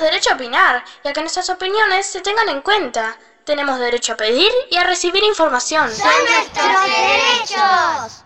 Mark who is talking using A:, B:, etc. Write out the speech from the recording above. A: derecho a opinar y a que nuestras opiniones se tengan en cuenta. Tenemos derecho a pedir y a recibir información.
B: ¡Son nuestros derechos!